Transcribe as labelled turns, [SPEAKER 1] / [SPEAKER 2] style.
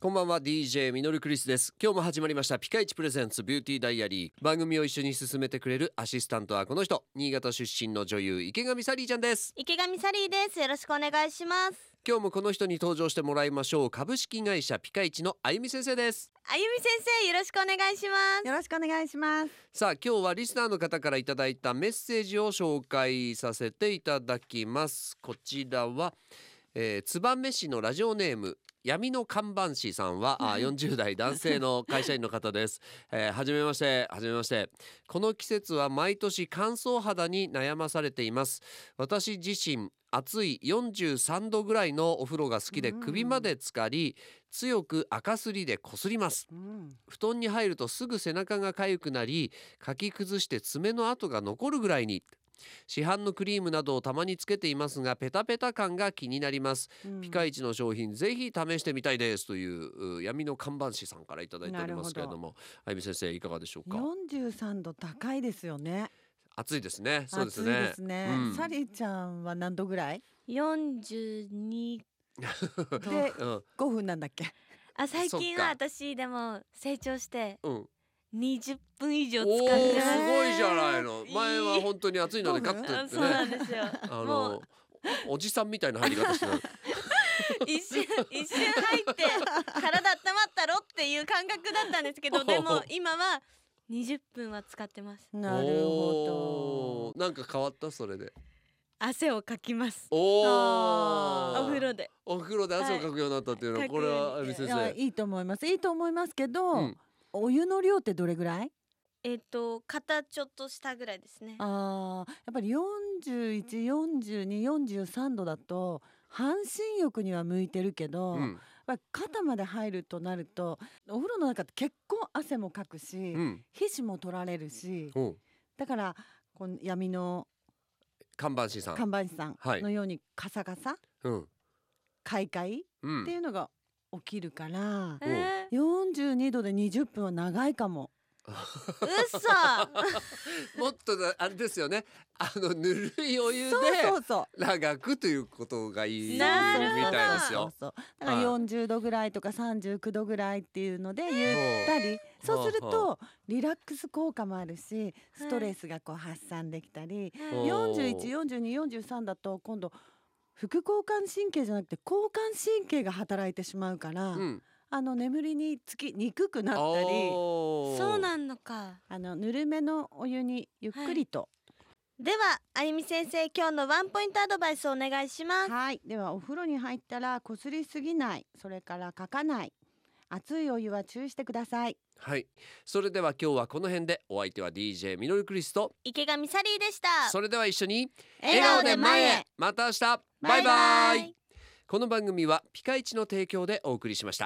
[SPEAKER 1] こんばんは DJ みのるクリスです今日も始まりましたピカイチプレゼンツビューティーダイアリー番組を一緒に進めてくれるアシスタントはこの人新潟出身の女優池上サリーちゃんです
[SPEAKER 2] 池上サリーですよろしくお願いします
[SPEAKER 1] 今日もこの人に登場してもらいましょう株式会社ピカイチのあゆみ先生です
[SPEAKER 2] あゆみ先生よろしくお願いします
[SPEAKER 3] よろしくお願いします
[SPEAKER 1] さあ今日はリスナーの方からいただいたメッセージを紹介させていただきますこちらは、えー、燕市のラジオネーム闇の看板師さんは、あ40代男性の会社員の方です。えー、はじめまして、はじめまして。この季節は毎年乾燥肌に悩まされています。私自身、暑い43度ぐらいのお風呂が好きで首まで浸かり、強く赤すりでこすります。布団に入るとすぐ背中が痒くなり、かき崩して爪の跡が残るぐらいに。市販のクリームなどをたまにつけていますがペタペタ感が気になります、うん、ピカイチの商品ぜひ試してみたいですという闇の看板師さんからいただいておりますけれどもあゆみ先生いかがでしょうか
[SPEAKER 3] 43度高いですよね
[SPEAKER 1] 暑いですねそうです
[SPEAKER 3] ね暑いですね、うん、サリーちゃんは何度ぐらい
[SPEAKER 2] 42
[SPEAKER 3] で、5分なんだっけ
[SPEAKER 2] あ最近は私でも成長して、うん20分以上使って
[SPEAKER 1] すごいじゃないの前は本当に暑いのでガッと、ね、
[SPEAKER 2] そうなんですよ
[SPEAKER 1] あのおじさんみたいな入り方してる
[SPEAKER 2] 一瞬一瞬入って体温まったろっていう感覚だったんですけどでも今は20分は使ってます
[SPEAKER 3] なるほ
[SPEAKER 1] どなんか変わったそれで
[SPEAKER 2] 汗をかきます
[SPEAKER 1] お
[SPEAKER 2] お風呂で
[SPEAKER 1] お風呂で汗をかくようになったっていうのは、はい、これはあゆみ先生
[SPEAKER 3] いいと思いますいいと思いますけど、うんお湯の量ってどれぐらい
[SPEAKER 2] えっ、ー、と肩ちょっと下ぐらいですね
[SPEAKER 3] あやっぱり414243度だと半身浴には向いてるけど、うん、肩まで入るとなるとお風呂の中って結構汗もかくし、うん、皮脂も取られるし、だからこの闇の
[SPEAKER 1] 看板師さん
[SPEAKER 3] 看板師さんのようにカサカサ、うん、快快、うん、っていうのが起きるから、えー、42度で20分は長いかも。
[SPEAKER 2] 嘘
[SPEAKER 1] もっとあれですよねあのぬるいお湯で長くということがいいみたいですよ
[SPEAKER 3] そうだから40度ぐらいとか39度ぐらいっていうのでゆったり、そうするとリラックス効果もあるしストレスがこう発散できたり、はい、414243だと今度副交感神経じゃなくて交感神経が働いてしまうから、うん、あの眠りにつきにくくなったり
[SPEAKER 2] そうなのか、
[SPEAKER 3] あのぬるめのお湯にゆっくりと、はい
[SPEAKER 2] ではあゆみ先生今日のワンポイントアドバイスお願いします
[SPEAKER 3] はいではお風呂に入ったらこすりすぎないそれからかかない熱いお湯は注意してください
[SPEAKER 1] はいそれでは今日はこの辺でお相手は DJ ミノルクリスと
[SPEAKER 2] 池上サリーでした
[SPEAKER 1] それでは一緒に
[SPEAKER 2] 笑顔で前へ
[SPEAKER 1] また明日バイバイこの番組はピカイチの提供でお送りしました